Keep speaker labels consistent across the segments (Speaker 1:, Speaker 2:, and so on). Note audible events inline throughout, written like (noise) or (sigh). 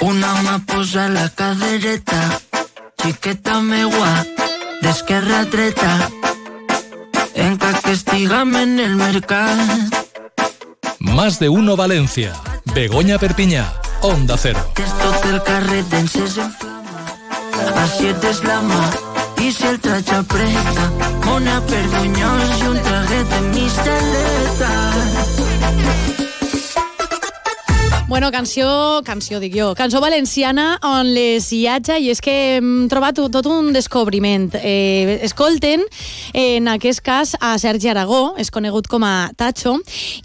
Speaker 1: Una maposa a la cadereta, xiqueta meua, d'esquerra a dreta, enca que estigam en el mercat.
Speaker 2: Más de uno Valencia. Begoña Perpiñá. Onda Cero.
Speaker 1: Que esto del carrer d'encès en flama, a siete es la mà, i si el traig apreta, mona per Bunyol i un traguet en misteleta.
Speaker 3: Bueno, canció, canció dic jo, cançó valenciana on les viatja i és que hem trobat tot un descobriment. Eh, escolten, eh, en aquest cas, a Sergi Aragó, és conegut com a Tacho,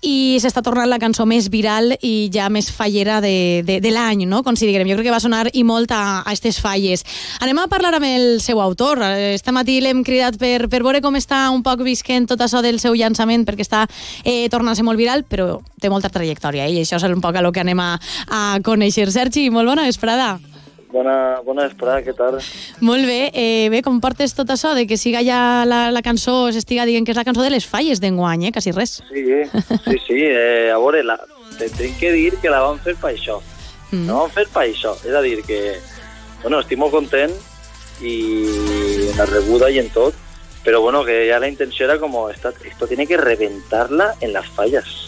Speaker 3: i s'està tornant la cançó més viral i ja més fallera de, de, de l'any, no? Considerem. Jo crec que va sonar i molt a, a estes falles. Anem a parlar amb el seu autor. Eh, Este matí l'hem cridat per, per veure com està un poc visquent tot això del seu llançament, perquè està eh, tornant-se molt viral, però té molta trajectòria, eh? i això és un poc a lo que anem a, a conèixer. Sergi, molt bona vesprada.
Speaker 4: Bona, bona vesprada, què tal?
Speaker 3: Molt bé, eh, bé, com portes tot això de que siga ja la, la cançó, s'estiga dient que és la cançó de les falles d'enguany, eh? quasi res.
Speaker 4: Sí, sí, sí eh, a veure, la, te tinc que dir que la vam fer per això. Mm. La vam fer per això, és a dir, que bueno, estic molt content i en la rebuda i en tot, però bueno, que ja la intenció era com esta, esto tiene que reventarla en las fallas.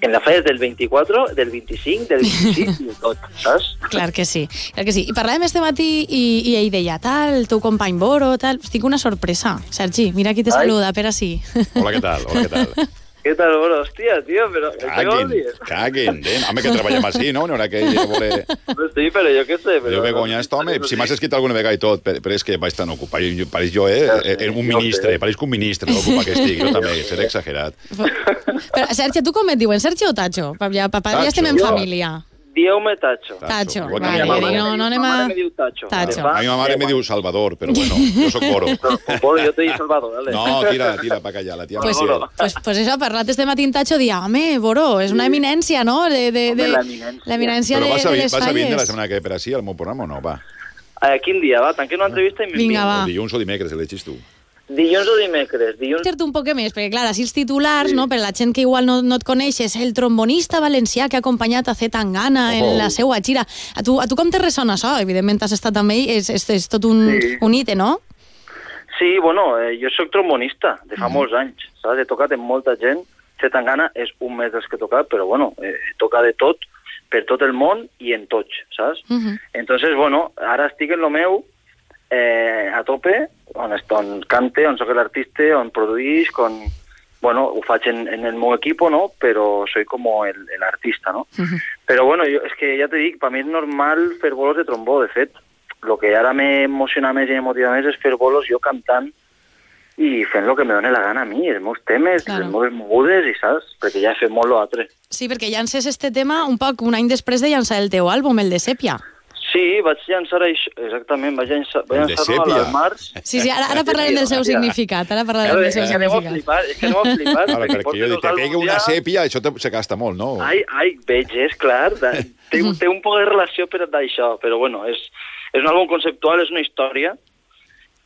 Speaker 4: En las fallas del 24, del 25, del 26 i de tot, saps?
Speaker 3: Clar que sí, clar que sí. I parlàvem este matí i, i ell deia, tal, el teu company Boro, tal... Estic una sorpresa, Sergi, mira qui te
Speaker 4: Ai.
Speaker 3: saluda, per
Speaker 4: (laughs)
Speaker 3: així.
Speaker 5: Hola, què tal? Hola, què tal?
Speaker 4: Què tal, bueno, hòstia, tio, però... (laughs) què vols
Speaker 5: Caguen,
Speaker 4: dir?
Speaker 5: caguen, nen. Home, que treballem així, no? No era que jo voler...
Speaker 4: No, sí, però jo què sé, (laughs) però...
Speaker 5: Jo Begoña, este home, si m'has escrit alguna vegada i tot, però, però és que vaig tan ocupat. Jo, jo, pareix jo, eh?
Speaker 4: Ja,
Speaker 5: eh, eh, un
Speaker 4: jo
Speaker 5: ministre,
Speaker 4: sé.
Speaker 5: pareix que un ministre l'ocupa que estic. Jo també, seré exagerat.
Speaker 3: Però, Sergi, tu com et diuen? Sergi o Tacho? Pa- Ja, pa, pa,
Speaker 5: Tacho.
Speaker 3: ja estem en
Speaker 5: Jo.
Speaker 3: família.
Speaker 4: Dieu-me tatxo.
Speaker 3: Tacho,
Speaker 5: Igual que
Speaker 3: vale.
Speaker 5: mi
Speaker 4: Ma
Speaker 5: mamá.
Speaker 3: dic, No, no anem a...
Speaker 4: mare me diu Tacho.
Speaker 3: Tacho.
Speaker 5: A mi ma
Speaker 4: eh,
Speaker 5: mare me diu Salvador, però
Speaker 4: (laughs)
Speaker 5: bueno, jo soc Boro.
Speaker 4: Bueno, yo te di Salvador, dale. (laughs)
Speaker 5: No, tira, tira pa callar, la tia
Speaker 3: Pues,
Speaker 5: Maciel.
Speaker 3: pues, pues això, parlat este matí en Tacho, dia, home, Boro, és una eminència, no? De, de,
Speaker 4: Home,
Speaker 3: de,
Speaker 4: l'eminència.
Speaker 3: l'eminència
Speaker 5: Però
Speaker 3: de,
Speaker 5: vas
Speaker 3: de
Speaker 5: a, vi-
Speaker 3: les
Speaker 5: vas a vindre la
Speaker 3: falles.
Speaker 5: setmana que ve per així al meu programa o no? Va.
Speaker 4: Eh, quin dia, va, tanquem una entrevista i m'enviem.
Speaker 3: Vinga, Ah, va.
Speaker 5: O dilluns o dimecres, elegis tu.
Speaker 4: Dilluns o dimecres, dilluns...
Speaker 3: Cert un poc més, perquè clar, així els titulars, no? per la gent que igual no, no et coneix, és el trombonista valencià que ha acompanyat a C. Tangana oh. en
Speaker 5: Oh.
Speaker 3: la seva gira. A tu, a tu com te ressona això? Evidentment has estat amb ell, és, és, és tot un, sí.
Speaker 4: Sí.
Speaker 3: un hite, no?
Speaker 4: Sí, bueno, eh, jo sóc trombonista de
Speaker 5: Mm.
Speaker 4: fa molts anys, saps? He tocat amb molta gent, Fet Tangana és un mes dels que he tocat, però bueno, eh, toca de tot, per tot el món i en tots, saps?
Speaker 3: Uh -huh.
Speaker 4: Entonces, bueno, ara estic en lo meu, eh, a tope, on, est- on cante, on sóc l'artista, on produïsc, on... Bueno, ho faig en, en el meu equipo, no? Però soy como el, el artista, no? Però bueno, jo, és que ja te dic, per mi és normal fer bolos de trombó, de fet. Lo que ara m'emociona més i m'emotiva més és fer bolos jo cantant i fent lo que me dóna la gana a mi, els meus temes,
Speaker 3: Claro.
Speaker 4: claro. les meves mogudes, i saps? Perquè ja he fet molt l'altre.
Speaker 3: Sí, perquè llances este tema un poc un any després de llançar el teu àlbum, el de Sèpia.
Speaker 4: Sí, vaig llançar això, exactament, vaig llançar, vaig
Speaker 5: El de
Speaker 4: llançar-lo a
Speaker 5: sèpia.
Speaker 4: les març.
Speaker 5: (laughs)
Speaker 3: Sí, sí, ara, ara parlarem del seu
Speaker 4: Hòstia.
Speaker 3: significat. Ara parlarem
Speaker 4: Claro,
Speaker 3: del
Speaker 4: és
Speaker 3: seu
Speaker 4: que anem a
Speaker 3: significat.
Speaker 4: flipar, és que anem (laughs) a flipar.
Speaker 5: Ara,
Speaker 4: perquè
Speaker 5: perquè
Speaker 4: porten
Speaker 5: jo dic,
Speaker 4: dos
Speaker 5: te
Speaker 4: àlbums
Speaker 5: pegue una
Speaker 4: ja.
Speaker 5: sèpia, això te- se gasta molt, no?
Speaker 4: Ai, ai, veig, és clar, de- té, un- té un poc de relació per d'això, però bueno, és, és un àlbum conceptual, és una història,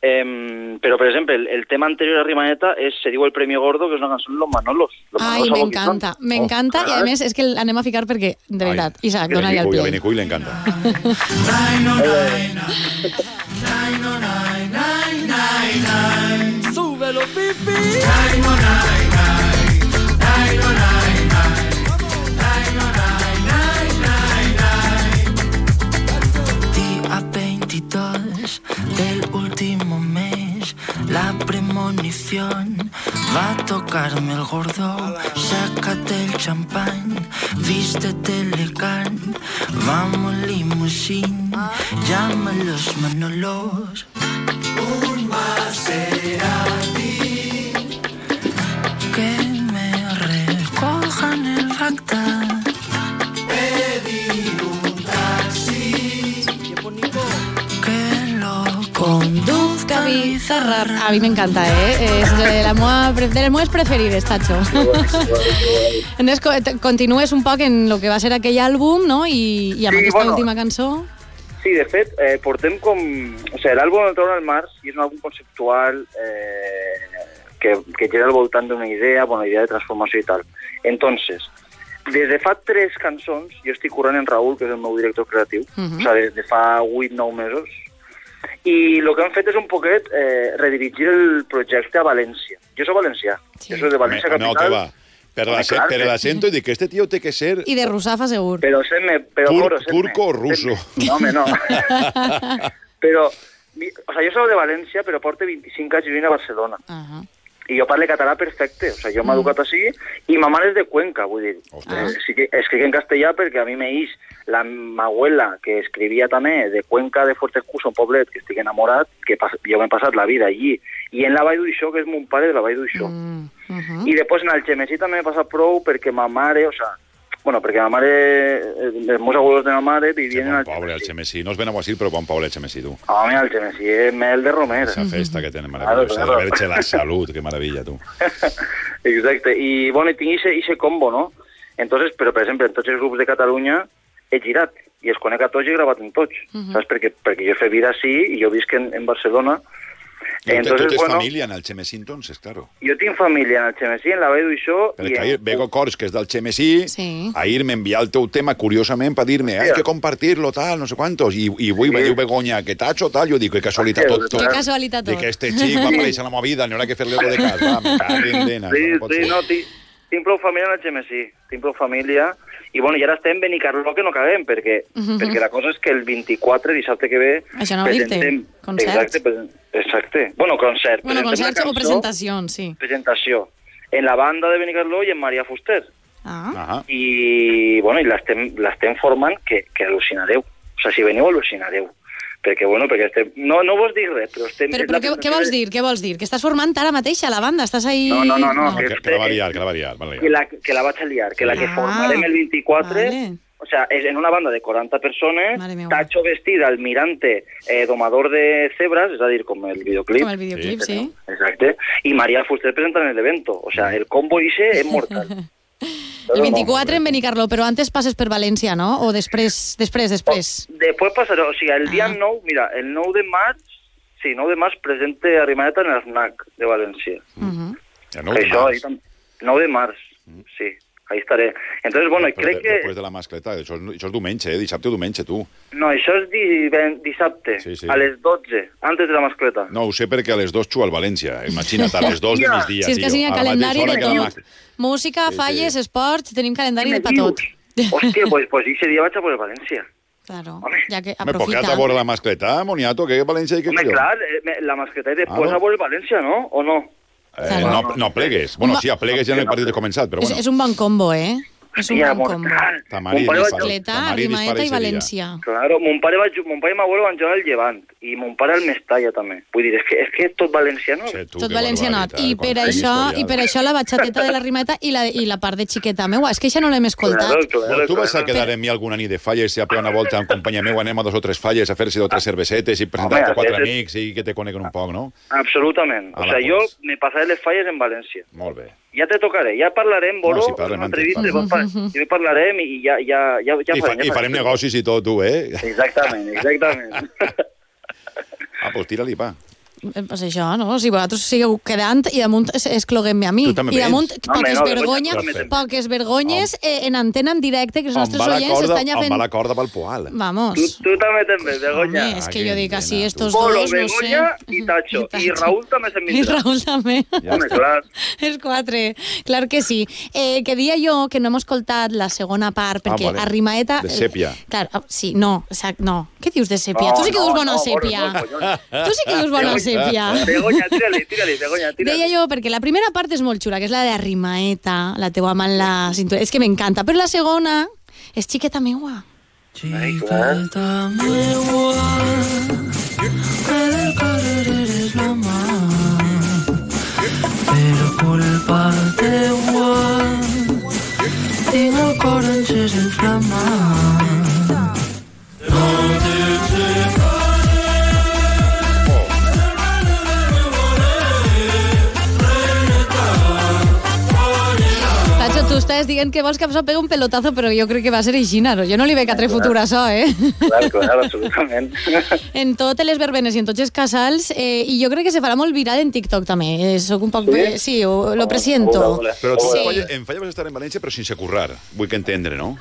Speaker 4: em, però, per exemple, el, el tema anterior a Rimaneta és, se diu el Premi Gordo, que és una cançó de Los Manolos. Los
Speaker 3: Ai,
Speaker 4: Manolos a Boquitón.
Speaker 3: m'encanta, m'encanta, i a més és que l'anem a ficar perquè, de veritat, Isaac,
Speaker 5: que
Speaker 3: dona-li el
Speaker 5: Benicull, A
Speaker 3: play.
Speaker 5: Benicull li encanta.
Speaker 1: Súbelo, pipi. Dia 22 del último mes, la premonición va a tocarme el gordo. Sácate el champán, vístete elegant, vamos limusín, llama a los manolos. que me recojan el Bagdad. Pedir un taxi. Que lo conduzca
Speaker 3: A mi,
Speaker 1: bizarrar.
Speaker 3: a mi m'encanta, eh? És de, la meva, pre- de les meves preferides, Tacho. Ernest, co- te- continues un poc en el que va ser aquell àlbum, no? I, i amb
Speaker 4: Sí,
Speaker 3: aquesta
Speaker 4: bueno.
Speaker 3: última cançó.
Speaker 4: Sí, de fet, eh, portem com... O sigui, l'àlbum el torna al març i és un àlbum conceptual eh, que, que gira al voltant d'una idea, bona idea de transformació i tal. Entonces, Des de fa tres cançons, jo estic currant en Raül, que és el meu director creatiu, o sigui, des de fa 8-9 mesos, i el que hem fet és un poquet eh, redirigir el projecte a València. Jo soc valencià,
Speaker 3: Sí.
Speaker 4: jo soc de
Speaker 5: Home,
Speaker 4: València
Speaker 5: no,
Speaker 4: capital,
Speaker 5: que va. Per
Speaker 4: Home,
Speaker 5: l'ace-
Speaker 4: clar,
Speaker 5: per
Speaker 4: sí.
Speaker 5: l'acento dic que este tío té que ser...
Speaker 3: Y de Rusafa seguro.
Speaker 4: Pero se me, pero
Speaker 5: Tur-
Speaker 4: coro, se me-
Speaker 5: turco o
Speaker 4: se me-
Speaker 5: ruso.
Speaker 4: No, home, no. però, mi- o sea, jo soc de València, però porto 25 anys vivint a Barcelona.
Speaker 3: Ajá.
Speaker 4: I jo parlo català perfecte, o sea, jo m'he educat així, i ma mare és de Cuenca, vull dir.
Speaker 5: Mm. Ostres.
Speaker 4: Eh, Sí que escric en castellà perquè a mi me ix la ma abuela, que escrivia també de Cuenca de Fortescusa, un poblet que estic enamorat, que pas, jo m'he passat la vida allí, i en la Vall d'Uixó, que és mon pare de la Vall d'Uixó.
Speaker 3: Mm,
Speaker 5: uh-huh.
Speaker 3: ujú.
Speaker 4: I després en el Gemesí també m'he passat prou perquè ma mare, o sea, bueno, perquè ma mare, eh, els meus abuelos de ma mare
Speaker 5: Que
Speaker 4: vivien en
Speaker 5: bon
Speaker 4: el
Speaker 5: poble, el
Speaker 4: Gemesí.
Speaker 5: Xemesí. No es ven a Guasil, però bon poble, el Xemesí, tu.
Speaker 4: Home, el Gemesí és mel de Romer.
Speaker 5: Esa festa que tenen
Speaker 4: Claro,
Speaker 5: maravillosa.
Speaker 4: claro.
Speaker 5: La verge, la salut, que
Speaker 4: (laughs)
Speaker 5: maravilla, tu.
Speaker 4: Exacte, i bueno, i tinc ixe, ixe combo, no? Entonces, però, per exemple, en tots els grups de Catalunya he girat i els conec a tots i he gravat en tots,
Speaker 3: Mhm.
Speaker 4: saps? Perquè, perquè jo he fet vida així i jo visc en, en Barcelona.
Speaker 5: Tu te- tu
Speaker 4: Entonces,
Speaker 5: tens
Speaker 4: bueno,
Speaker 5: tota família en el Xemesí, entonces, claro.
Speaker 4: jo tinc família en el Xemesí, en la Vall d'Uixó... i eh,
Speaker 5: Perquè
Speaker 4: en-
Speaker 5: ahir Bego Cors, que és del Xemesí,
Speaker 3: Sí.
Speaker 5: ahir m'envià el teu tema, curiosament, per dir-me, hay
Speaker 4: Hòstia.
Speaker 5: que compartir-lo, tal, no sé quantos, i, i avui me
Speaker 4: Sí.
Speaker 5: diu Begoña, que tacho, tal, jo dic, que casualitat
Speaker 4: Hòstia,
Speaker 5: tot.
Speaker 4: que
Speaker 5: tot.
Speaker 4: Qué
Speaker 3: casualitat
Speaker 5: De
Speaker 3: tot.
Speaker 5: que este xic va aparèixer a la meva vida, n'hi haurà que fer-li algo de cas, va, me cago en dena.
Speaker 4: Sí,
Speaker 5: pot
Speaker 4: sí,
Speaker 5: ser.
Speaker 4: no, tinc, tinc prou família en el Gemesí, tinc prou família, i bueno, i ara estem Benicarló que no acabem, perquè, perquè la cosa és que el 24, dissabte que ve...
Speaker 3: Mhm. Això anava a dir-te, concert.
Speaker 4: Exacte, presen- exacte. Bueno, concert.
Speaker 3: Bueno,
Speaker 4: presentem la
Speaker 3: concierto o
Speaker 4: cançó,
Speaker 3: presentación, sí.
Speaker 4: Presentació. En la banda de Benicarló i en Maria Fuster.
Speaker 3: Ah,
Speaker 5: Ahà.
Speaker 4: I, bueno, i l'estem l'estem formant que, que al·lucinareu. O sigui, si veniu, al·lucinareu. Perquè, bueno, perquè estem... No, no vols dir res, però estem...
Speaker 3: Però,
Speaker 4: és la
Speaker 3: però què, què vols dir? Què vols dir? Que estàs formant ara mateix a la banda? Estàs ahí...
Speaker 4: No, no, no, no.
Speaker 5: No, que, que la va liar, que la va liar. Va liar.
Speaker 4: que la, que la vaig a liar, que la que
Speaker 3: Ah,
Speaker 4: formarem el 24,
Speaker 3: vale.
Speaker 4: o sea, és en una banda de 40 persones,
Speaker 3: Madre mía, guau.
Speaker 4: Tacho vestit almirante, eh, domador de cebras, és a dir, com el videoclip.
Speaker 3: Com el videoclip, sí. sí.
Speaker 4: Exacte. I María Fuster presenta en el evento. O sea, el combo ese és mortal.
Speaker 3: (laughs) El 24 en Benicarló, però antes passes per València, no? O després, després, després.
Speaker 4: Després passarà, o sigui, el dia
Speaker 3: Ah.
Speaker 4: 9, mira, el 9 de maig, sí, 9 de maig presente Arrimadeta en el FNAC de València.
Speaker 3: Ujú.
Speaker 5: Ja
Speaker 4: No
Speaker 5: no,
Speaker 4: de Això,
Speaker 5: març.
Speaker 4: ahí tam- 9 de març, sí, ahí estaré. Entonces, bueno,
Speaker 5: Però
Speaker 4: crec
Speaker 5: de-
Speaker 4: que...
Speaker 5: Després de la mascleta, això, és- això és diumenge, eh? dissabte o diumenge, tu.
Speaker 4: No, això és diven- dissabte,
Speaker 5: Sí, sí.
Speaker 4: a les 12, antes de la mascleta.
Speaker 5: No, ho sé perquè a les dues xua al València. eh, Imagina't, a les dues de migdia,
Speaker 3: Si és que
Speaker 5: tio.
Speaker 3: sí,
Speaker 5: A
Speaker 3: el
Speaker 5: la
Speaker 3: calendari
Speaker 5: mateixa
Speaker 3: de
Speaker 5: hora que la
Speaker 3: tot.
Speaker 5: mas-
Speaker 3: Música,
Speaker 5: sí.
Speaker 3: falles, esports, tenim calendari
Speaker 4: Què
Speaker 3: de
Speaker 4: me
Speaker 3: pa tot.
Speaker 4: dius? Hòstia, doncs pues, pues, ese dia vaig a per
Speaker 5: (laughs)
Speaker 4: València.
Speaker 3: (laughs) Claro,
Speaker 4: Home,
Speaker 3: ja que
Speaker 5: Home, poc
Speaker 3: aprofita.
Speaker 5: a vora la mascleta, Moniato, que València i que
Speaker 4: Home,
Speaker 5: collons.
Speaker 4: clar, eh, me- la mascleta és després
Speaker 5: Ah, no.
Speaker 4: ah, a per València, no? O no?
Speaker 5: Eh, no, no plegues. Bueno,
Speaker 3: Ma-
Speaker 5: sí, a plegues ja en el partit de començat, però
Speaker 3: És,
Speaker 5: bueno.
Speaker 3: és un bon combo, eh? És un
Speaker 4: Hòstia,
Speaker 3: bon
Speaker 4: mortal.
Speaker 3: combo.
Speaker 5: Tamari
Speaker 4: Mon pare va-
Speaker 5: dispara.
Speaker 3: Atleta,
Speaker 5: Tamari dispara
Speaker 3: Rimaeta
Speaker 5: i
Speaker 3: i
Speaker 5: Sevilla.
Speaker 3: València.
Speaker 4: Claro, mon pare, va, ju- mon pare i ma abuelo van jugar al Llevant, i mon pare al Mestalla també. Vull dir, és que, és que és tot valenciano.
Speaker 5: Che, tu,
Speaker 3: Tot
Speaker 5: que eh,
Speaker 3: valencianot.
Speaker 5: barbaritat,
Speaker 3: I
Speaker 5: quan
Speaker 3: per,
Speaker 5: t'he vist
Speaker 3: això, I
Speaker 5: odiada.
Speaker 3: per això la batxateta de la rimeta i la, i la part de xiqueta meua. És que això no l'hem escoltat.
Speaker 5: Però tu vas a quedar amb mi alguna nit de falles i a pegar una volta en companyia meva anem a dos o tres falles a fer-se dos o tres cervesetes i presentar-te
Speaker 4: Home,
Speaker 5: a quatre
Speaker 4: aquest és-
Speaker 5: amics i que te coneguen un poc, no?
Speaker 4: Absolutament.
Speaker 5: Ala,
Speaker 4: o sigui, jo
Speaker 5: pues.
Speaker 4: me passaré les falles en València.
Speaker 5: Molt bé.
Speaker 4: Ja te tocaré, ja parlarem, Boró,
Speaker 5: No, sí,
Speaker 4: no,
Speaker 5: parlem
Speaker 4: si
Speaker 5: antes,
Speaker 4: entrevista,
Speaker 5: parlem.
Speaker 3: (laughs)
Speaker 4: jo hi parlarem i ja, ja, ja, ja
Speaker 5: I, fa,
Speaker 4: farem.
Speaker 5: I
Speaker 4: ja
Speaker 5: farem negocis i tot, tu, eh?
Speaker 4: Exactament,
Speaker 5: (laughs)
Speaker 4: exactament.
Speaker 5: Ah, doncs tira-li, va.
Speaker 3: Eh, Pues això, no? Si vosaltres sigueu quedant i damunt es- escloguem-me a mi.
Speaker 5: Tu també
Speaker 3: I damunt
Speaker 5: vens.
Speaker 4: Home,
Speaker 3: poques,
Speaker 4: no,
Speaker 3: vergonya,
Speaker 5: vergonya, tu també.
Speaker 3: poques vergonyes eh, en antena en directe que els
Speaker 5: On
Speaker 3: nostres
Speaker 5: va la
Speaker 3: oients
Speaker 5: corda,
Speaker 3: estan ja
Speaker 5: on
Speaker 3: fent...
Speaker 5: va la corda pel poal.
Speaker 4: tu,
Speaker 3: Vamos.
Speaker 4: tu també te'n ves, Begoña.
Speaker 3: Home, és que jo
Speaker 5: Aquell
Speaker 3: dic així,
Speaker 5: nena,
Speaker 3: estos
Speaker 5: tu.
Speaker 4: Bolo,
Speaker 3: dos, no sé. eh,
Speaker 4: Begoña i Tacho. I Raül també se'n
Speaker 3: I
Speaker 4: vindrà.
Speaker 3: Raül també.
Speaker 5: Ja
Speaker 4: Home,
Speaker 3: (laughs)
Speaker 5: està.
Speaker 4: clar.
Speaker 3: És quatre, clar que sí. Eh, que dia jo que no hem escoltat la segona part, perquè
Speaker 5: Ah, vale.
Speaker 3: a Rimaeta...
Speaker 5: De sèpia.
Speaker 3: Clar, ah, sí, no, exacte, no. Què dius de sèpia?
Speaker 4: No,
Speaker 3: tu sí que
Speaker 4: no,
Speaker 3: dius bona
Speaker 4: Ah, no,
Speaker 3: sèpia.
Speaker 4: bueno, no, collons.
Speaker 3: tu sí que dius bona sèpia.
Speaker 4: Begoña, tira-li, tira-li, Begoña,
Speaker 3: Deia
Speaker 4: tira-li.
Speaker 3: jo, perquè la primera part és molt xula, que és la de Rimaeta, la teua mà en la cintura. És que m'encanta. Però la segona és xiqueta meua.
Speaker 4: Ai, clar.
Speaker 1: Pero el color eres la más. Pero culpa de igual. Tengo el corazón se inflama.
Speaker 3: Tacho, tu, Vostès diguen que vols que això pega un pelotazo, però jo crec que va ser així, no? Jo no li veig altre futur a això, eh? (laughs)
Speaker 4: Clar, clar, absolutament. (laughs)
Speaker 3: En totes les verbenes i en tots els casals, eh, i jo crec que se farà molt viral en TikTok també. Eh, soc un poc...
Speaker 4: Sí?
Speaker 3: eh, sí ho, lo
Speaker 4: Hola,
Speaker 3: presiento.
Speaker 4: hola, hola.
Speaker 5: Però tu
Speaker 3: Sí.
Speaker 5: en, falla, en falla vas estar en València però sense currar, vull que entendre, no?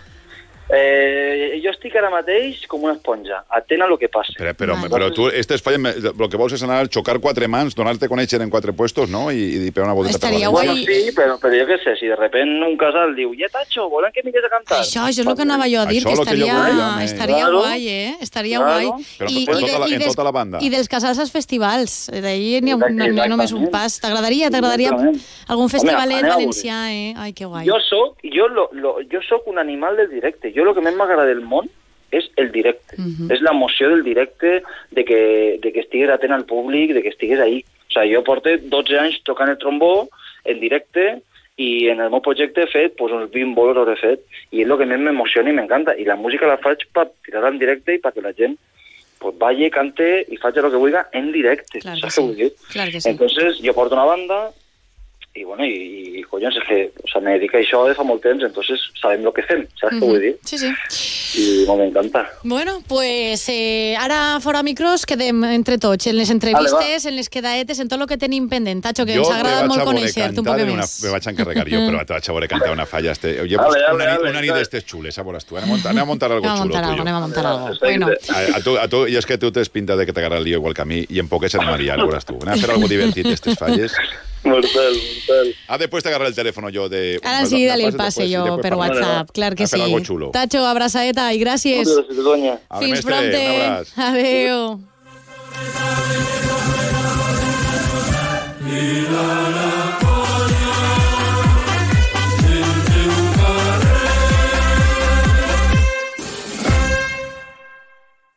Speaker 4: Eh, jo estic ara mateix com una esponja, atent a lo que passi.
Speaker 5: Però, però,
Speaker 3: Vale.
Speaker 5: però tu, estes falles, el que vols és anar a xocar quatre mans, donar-te a conèixer en quatre puestos, no? I, i dir, per una volta
Speaker 3: Estaria
Speaker 5: per
Speaker 3: guai.
Speaker 5: València.
Speaker 4: Bueno, sí, però, però jo què sé, si de repent un casal diu ja tacho, volen que vinguis a cantar.
Speaker 3: Això, això és el que anava jo a dir,
Speaker 5: Això
Speaker 3: que
Speaker 5: lo que jo
Speaker 3: estaria,
Speaker 5: volia, home.
Speaker 3: estaria
Speaker 4: Claro.
Speaker 3: guai, eh? Estaria
Speaker 4: Claro.
Speaker 3: guai.
Speaker 5: Però en tota la- en tota la banda.
Speaker 3: I dels casals als festivals. D'ahir n'hi ha,
Speaker 4: Exacte,
Speaker 3: no, n'hi ha només un
Speaker 4: exactament.
Speaker 3: pas. T'agradaria, t'agradaria
Speaker 4: Exactament.
Speaker 3: algun festivalet
Speaker 4: anem a
Speaker 3: valencià, eh? Ai, que guai.
Speaker 4: Jo soc, jo, lo, lo, jo soc un animal del directe. Jo el que més m'agrada del món és el directe. És l'emoció del directe, de que, de que estiguis atent al públic, de que estiguis ahí. O sigui, jo porto 12 anys tocant el trombó en directe i en el meu projecte he fet doncs, uns 20 bolos hauré fet i és el que més m'emociona i m'encanta. I la música la faig per tirar en directe i perquè la gent pues valle, cante i faci el que vulgui en directe.
Speaker 3: Clar que
Speaker 4: saps
Speaker 3: sí,
Speaker 4: què vull dir?
Speaker 3: clar que sí.
Speaker 4: Entonces, jo porto una banda, i bueno, i, i collons, és que o sea, me dedico a això de fa molt temps, entonces sabem el que fem, saps què vull dir?
Speaker 3: Sí, sí.
Speaker 4: I bueno, m'encanta.
Speaker 3: Bueno, pues eh, ara fora micros quedem entre tots, en les entrevistes,
Speaker 4: Vale,
Speaker 3: en les quedaetes, en tot el que tenim pendent. Tacho, que
Speaker 5: Jo
Speaker 3: ens
Speaker 5: me
Speaker 3: ha agradat
Speaker 5: vaig
Speaker 3: molt
Speaker 5: a voler
Speaker 3: conèixer-te un
Speaker 5: cantar
Speaker 3: poc
Speaker 5: en
Speaker 3: més.
Speaker 5: una, me vaig encarregar jo, però te vaig a voler cantar una falla. Este, jo,
Speaker 4: Ale, ale,
Speaker 5: una, nit-
Speaker 4: ale,
Speaker 5: una nit
Speaker 4: ale.
Speaker 5: d'estes xules, a veure, tu, anem a muntar, anem a muntar
Speaker 3: Anem
Speaker 5: algo
Speaker 3: a
Speaker 5: xulo
Speaker 3: montar
Speaker 5: tuyo.
Speaker 3: algo, anem a montar algo.
Speaker 4: Estoy
Speaker 3: Bueno,
Speaker 4: de-
Speaker 5: A, a, tu, a tu, jo és que tu tens pinta de que t'agrada el lío igual que a mi i en poquet se't maria, ara veuràs tu. Anem a fer algo divertit d'estes falles.
Speaker 4: Mortal, mortal.
Speaker 5: Ah, després t'agarraré el telèfon jo de...
Speaker 3: ara enseguida li el passe
Speaker 5: després-
Speaker 3: jo
Speaker 5: després
Speaker 3: per
Speaker 5: parlem.
Speaker 3: WhatsApp, clar que
Speaker 5: A fer
Speaker 3: sí.
Speaker 5: Ah, algo xulo.
Speaker 3: Tacho, abraçaeta i gràcies.
Speaker 4: Moltes gràcies, doña.
Speaker 5: Ale,
Speaker 3: Fins
Speaker 5: mestre, un
Speaker 3: prompte.
Speaker 5: abraç.
Speaker 3: Adéu.